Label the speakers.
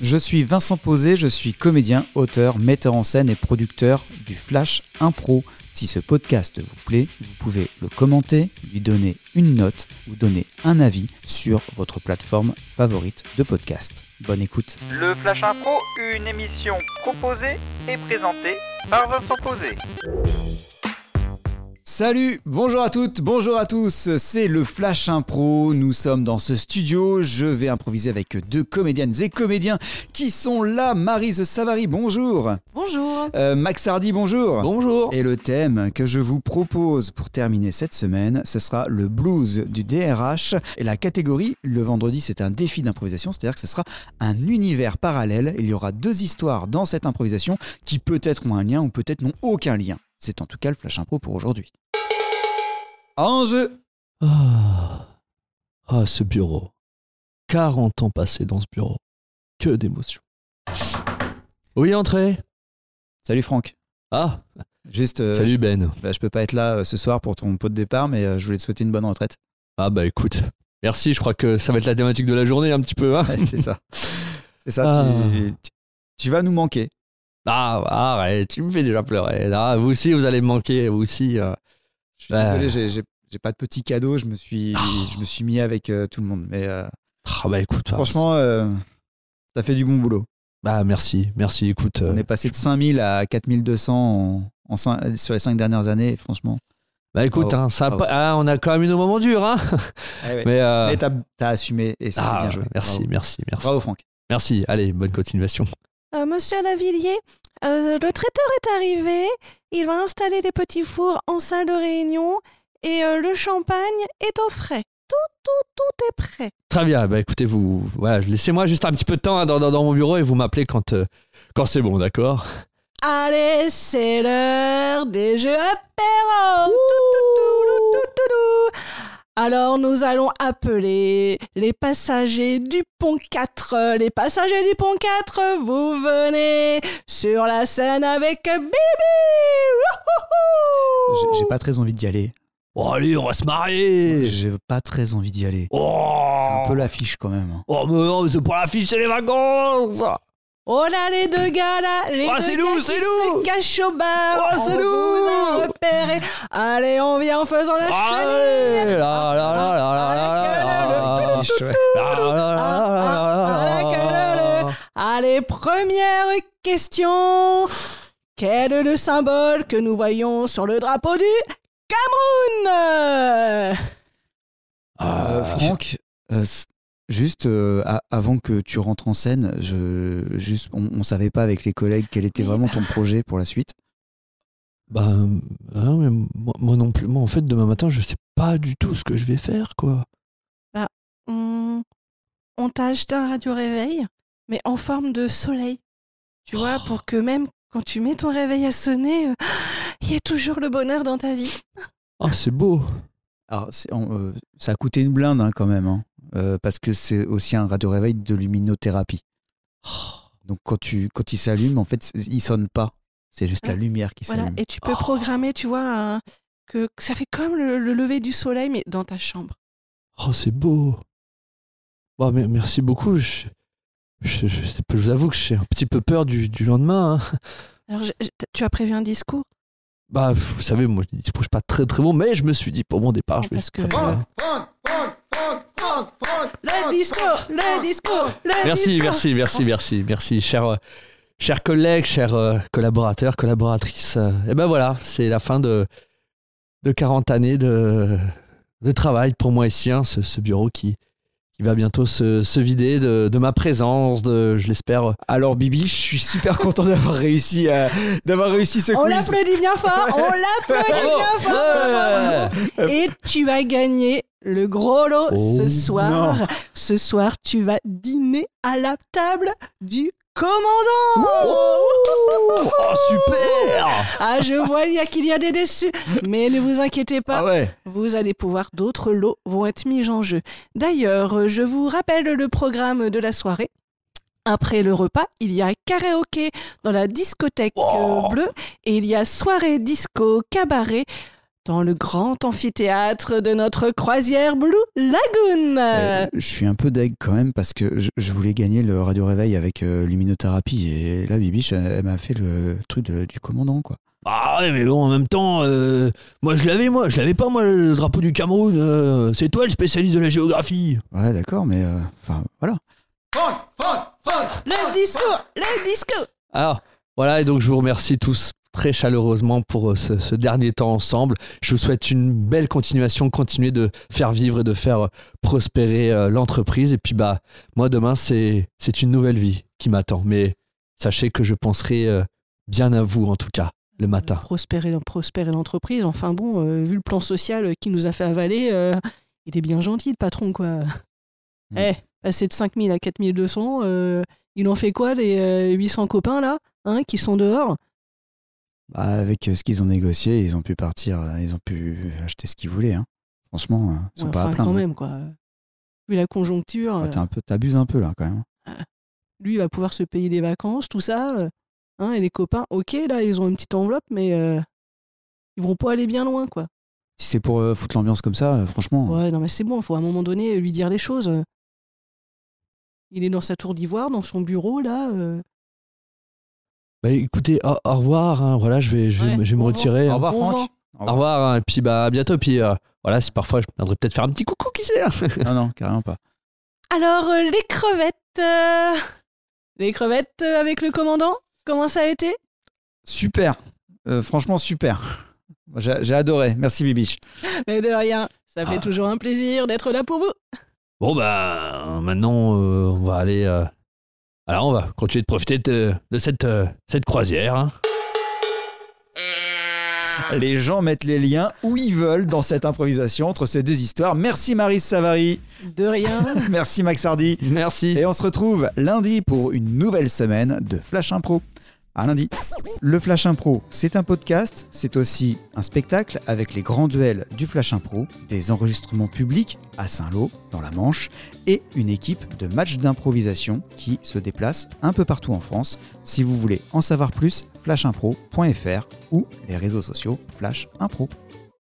Speaker 1: Je suis Vincent Posé, je suis comédien, auteur, metteur en scène et producteur du Flash Impro. Si ce podcast vous plaît, vous pouvez le commenter, lui donner une note ou donner un avis sur votre plateforme favorite de podcast. Bonne écoute.
Speaker 2: Le Flash Impro, une émission proposée et présentée par Vincent Posé.
Speaker 1: Salut, bonjour à toutes, bonjour à tous, c'est le Flash Impro, nous sommes dans ce studio, je vais improviser avec deux comédiennes et comédiens qui sont là, Marise Savary, bonjour
Speaker 3: Bonjour.
Speaker 1: Euh, Max Hardy, bonjour
Speaker 4: Bonjour.
Speaker 1: Et le thème que je vous propose pour terminer cette semaine, ce sera le blues du DRH. Et la catégorie, le vendredi, c'est un défi d'improvisation, c'est-à-dire que ce sera un univers parallèle. Il y aura deux histoires dans cette improvisation qui peut-être ont un lien ou peut-être n'ont aucun lien. C'est en tout cas le Flash Impro pour aujourd'hui. En jeu
Speaker 4: Ah, Ah, ce bureau. 40 ans passés dans ce bureau. Que d'émotions. Oui, entrez.
Speaker 1: Salut Franck.
Speaker 4: Ah,
Speaker 1: Juste, euh,
Speaker 4: salut Ben.
Speaker 1: Je, bah, je peux pas être là euh, ce soir pour ton pot de départ, mais euh, je voulais te souhaiter une bonne retraite.
Speaker 4: Ah bah écoute, merci, je crois que ça va être la thématique de la journée un petit peu. Hein
Speaker 1: Ouais, c'est ça. C'est ça, tu- tu- tu vas nous manquer.
Speaker 4: ah, arrête, tu me fais déjà pleurer. Ah, vous aussi, vous allez me manquer, vous aussi. euh.
Speaker 1: Je suis
Speaker 4: Ouais.
Speaker 1: désolé, j'ai- j'ai j'ai pas de petits cadeaux, je me suis,
Speaker 4: Bah. Oh.
Speaker 1: je me suis mis avec euh, tout le monde. Mais euh,
Speaker 4: Ah bah écoute, ah,
Speaker 1: franchement, euh, ça fait du bon boulot.
Speaker 4: bah merci, merci, écoute. euh,
Speaker 1: On est passé de 5000 à 4200 en, en cin- sur les 5 dernières années, et franchement.
Speaker 4: Bah écoute,
Speaker 1: Bravo,
Speaker 4: hein, ça a
Speaker 1: bravo.
Speaker 4: pas- ah, on a quand même eu nos moments durs. Hein Mais, euh,
Speaker 1: Mais t'as t'as assumé et ça
Speaker 4: ah,
Speaker 1: bien joué.
Speaker 4: merci,
Speaker 1: Bravo.
Speaker 4: merci, merci.
Speaker 1: Bravo, Franck.
Speaker 4: Merci, allez, bonne continuation.
Speaker 3: Euh, monsieur Lavillier, euh, le traiteur est arrivé. Il va installer les petits fours en salle de réunion et euh, le champagne est au frais. Tout, tout, tout est prêt.
Speaker 4: Très bien, bah écoutez, vous, voilà, laissez-moi juste un petit peu de temps hein, dans, dans- dans mon bureau et vous m'appelez quand, euh, quand c'est bon, d'accord
Speaker 3: Allez, c'est l'heure des jeux apéro. Tout, tout, tout, tout, tout, tout. Alors nous allons appeler les passagers du pont 4. Les passagers du pont 4, vous venez sur la scène avec Bibi.
Speaker 1: J'ai- J'ai pas très envie d'y aller.
Speaker 4: Oh, allez, on va se marier
Speaker 1: J'ai pas très envie d'y aller.
Speaker 4: Oh
Speaker 1: C'est un peu l'affiche quand même. hein.
Speaker 4: Oh, mais non, mais c'est pour afficher les vacances
Speaker 3: Oh là les deux gars là, les
Speaker 4: Oh,
Speaker 3: deux
Speaker 4: c'est
Speaker 3: gars
Speaker 4: nous,
Speaker 3: qui
Speaker 4: c'est
Speaker 3: se
Speaker 4: nous
Speaker 3: cachent au bar,
Speaker 4: Oh,
Speaker 3: on
Speaker 4: c'est
Speaker 3: vous a
Speaker 4: nous Ah.
Speaker 3: repéré. Allez, on vient en faisant la chenille.
Speaker 4: Allez, là, là, là, là, là, là, là, là,
Speaker 1: Affiche, ouais.
Speaker 4: là, là, là, là, là, là, là.
Speaker 3: Allez, première question. Quel est le symbole que nous voyons sur le drapeau du Cameroun
Speaker 4: Ah,
Speaker 1: Euh, Franck, euh, c- juste euh, a- avant que tu rentres en scène, je, juste, on, on savait pas avec les collègues quel était
Speaker 3: Oui.
Speaker 1: vraiment ton projet pour la suite.
Speaker 4: Bah, euh, non, mais moi, moi non plus. Moi, en fait, demain matin, je sais pas du tout ce que je vais faire, quoi.
Speaker 3: Hmm, On t'a acheté un radio réveil, mais en forme de soleil. Tu vois,
Speaker 4: Oh.
Speaker 3: pour que même quand tu mets ton réveil à sonner, euh, il y ait toujours le bonheur dans ta vie.
Speaker 4: Ah, c'est beau
Speaker 1: Alors, c'est- on, euh, ça a coûté une blinde hein, quand même, hein, euh, parce que c'est aussi un radio réveil de luminothérapie.
Speaker 3: Oh.
Speaker 1: Donc quand tu, quand il s'allume, en fait, c'est- il sonne pas. C'est juste la
Speaker 3: Ouais.
Speaker 1: lumière qui
Speaker 3: Ah, Voilà.
Speaker 1: s'allume.
Speaker 3: Et tu peux
Speaker 4: Oh.
Speaker 3: programmer, tu vois, un- que que ça fait comme le- le lever du soleil, mais dans ta chambre.
Speaker 4: Oh, c'est beau. Bon, mais merci beaucoup. Je, je, je- je vous avoue que j'ai un petit peu peur du, du lendemain. hein.
Speaker 3: Alors, je- je- t- tu as prévu un discours
Speaker 4: Bah, vous savez, moi, je ne suis pas très très bon, mais je me suis dit, pour mon départ,
Speaker 3: Non,
Speaker 4: je vais...
Speaker 3: parce que-
Speaker 4: Voilà.
Speaker 3: Le discours Le discours le
Speaker 4: Merci,
Speaker 3: discours
Speaker 4: merci, merci, merci, merci, chers, euh, chers collègues, chers euh, collaborateurs, collaboratrices. euh, Et ben voilà, c'est la fin de, de 40 années de, de travail pour moi ici, hein, ce, ce bureau qui, qui va bientôt se, se vider de, de ma présence, de, je l'espère, euh,
Speaker 1: Alors Bibi, je suis super content d'avoir réussi, à- d'avoir réussi ce
Speaker 3: On
Speaker 1: quiz.
Speaker 3: l'applaudit bien fort On l'applaudit
Speaker 4: Bravo.
Speaker 3: bien fort Et tu as gagné le gros lot
Speaker 4: Oh,
Speaker 3: ce soir. Ce soir, tu vas dîner à la table du commandant
Speaker 4: Oh, super
Speaker 3: Ah, je vois il y a- qu'il y a des déçus. Mais ne vous inquiétez pas,
Speaker 1: Ah ouais.
Speaker 3: Vous allez pouvoir, d'autres lots vont être mis en jeu. D'ailleurs, euh, je vous rappelle le programme de la soirée. Après le repas, il y a karaoké dans la discothèque euh, bleue et il y a soirée disco, cabaret, dans le grand amphithéâtre de notre croisière Blue Lagoon.
Speaker 1: Euh, je suis un peu deg quand même parce que je, je voulais gagner le radio réveil avec euh, luminothérapie et là Bibiche elle, elle m'a fait le truc de- du commandant quoi.
Speaker 4: Ah ouais, mais bon, en même temps, euh, moi je l'avais, moi, je l'avais pas, moi, le drapeau du Cameroun. euh, c'est toi le spécialiste de la géographie.
Speaker 1: Ouais d'accord mais euh, enfin voilà.
Speaker 3: le discours, le discours.
Speaker 4: Alors, voilà, et donc je vous remercie tous très chaleureusement pour euh, ce, ce dernier temps ensemble. Je vous souhaite une belle continuation, continuez de faire vivre et de faire euh, prospérer euh, l'entreprise. Et puis, bah, moi, demain, c'est, c'est une nouvelle vie qui m'attend. Mais sachez que je penserai euh, bien à vous, en tout cas, le matin.
Speaker 3: Prospérer, prospérer l'entreprise. Enfin bon, euh, vu le plan social qui nous a fait avaler, euh, il était bien gentil le patron quoi.
Speaker 1: Mm.
Speaker 3: Eh, passer de 5000 à 4200, euh, il en fait quoi les euh, 800 copains là, hein, qui sont dehors
Speaker 1: Bah, avec euh, ce qu'ils ont négocié ils ont pu partir euh, ils ont pu acheter ce qu'ils voulaient hein. Franchement euh, ils sont
Speaker 3: Ouais,
Speaker 1: pas à
Speaker 3: Enfin
Speaker 1: plaindre.
Speaker 3: quand même quoi. Vu la conjoncture,
Speaker 1: Ouais,
Speaker 3: euh,
Speaker 1: t'es un peu t'abuses un peu là quand même. hein.
Speaker 3: lui il va pouvoir se payer des vacances, tout ça. euh, hein, et les copains, ok là ils ont une petite enveloppe, mais euh, ils vont pas aller bien loin quoi.
Speaker 1: Si c'est pour euh, foutre l'ambiance comme ça euh, franchement.
Speaker 3: Ouais, non, mais c'est bon, faut à un moment donné euh, lui dire les choses. Il est dans sa tour d'ivoire, dans son bureau, là. euh.
Speaker 4: Bah, écoutez, au, au revoir. hein, voilà, je vais, je vais,
Speaker 3: Ouais,
Speaker 4: je vais me
Speaker 3: au
Speaker 4: retirer. hein.
Speaker 1: Au revoir
Speaker 3: on
Speaker 1: Franck.
Speaker 4: Au revoir, hein, et puis bah, à bientôt. Puis euh, voilà, si parfois je viendrai peut-être faire un petit coucou, qui sait. hein.
Speaker 1: Non non carrément pas.
Speaker 3: Alors, euh, les crevettes. euh, Les crevettes euh, avec le commandant Comment ça a été
Speaker 1: Super Euh, franchement super. J'ai j'ai adoré merci Bibiche.
Speaker 3: Mais de rien. Ça fait
Speaker 4: Ah.
Speaker 3: toujours un plaisir d'être là pour vous.
Speaker 4: Bon, bah, maintenant, euh, on va aller. euh, Alors, on va continuer de profiter de, de cette, euh, cette croisière. hein.
Speaker 1: Les gens mettent les liens où ils veulent dans cette improvisation entre ces deux histoires. Merci Marie Savary,
Speaker 3: De rien.
Speaker 1: merci Max Hardy.
Speaker 4: Merci.
Speaker 1: Et on se retrouve lundi pour une nouvelle semaine de Flash Impro. À lundi. Le Flash Impro, c'est un podcast, c'est aussi un spectacle avec les grands duels du Flash Impro, des enregistrements publics à Saint-Lô, dans la Manche, et une équipe de matchs d'improvisation qui se déplace un peu partout en France. Si vous voulez en savoir plus, flashimpro.fr ou les réseaux sociaux Flash Impro.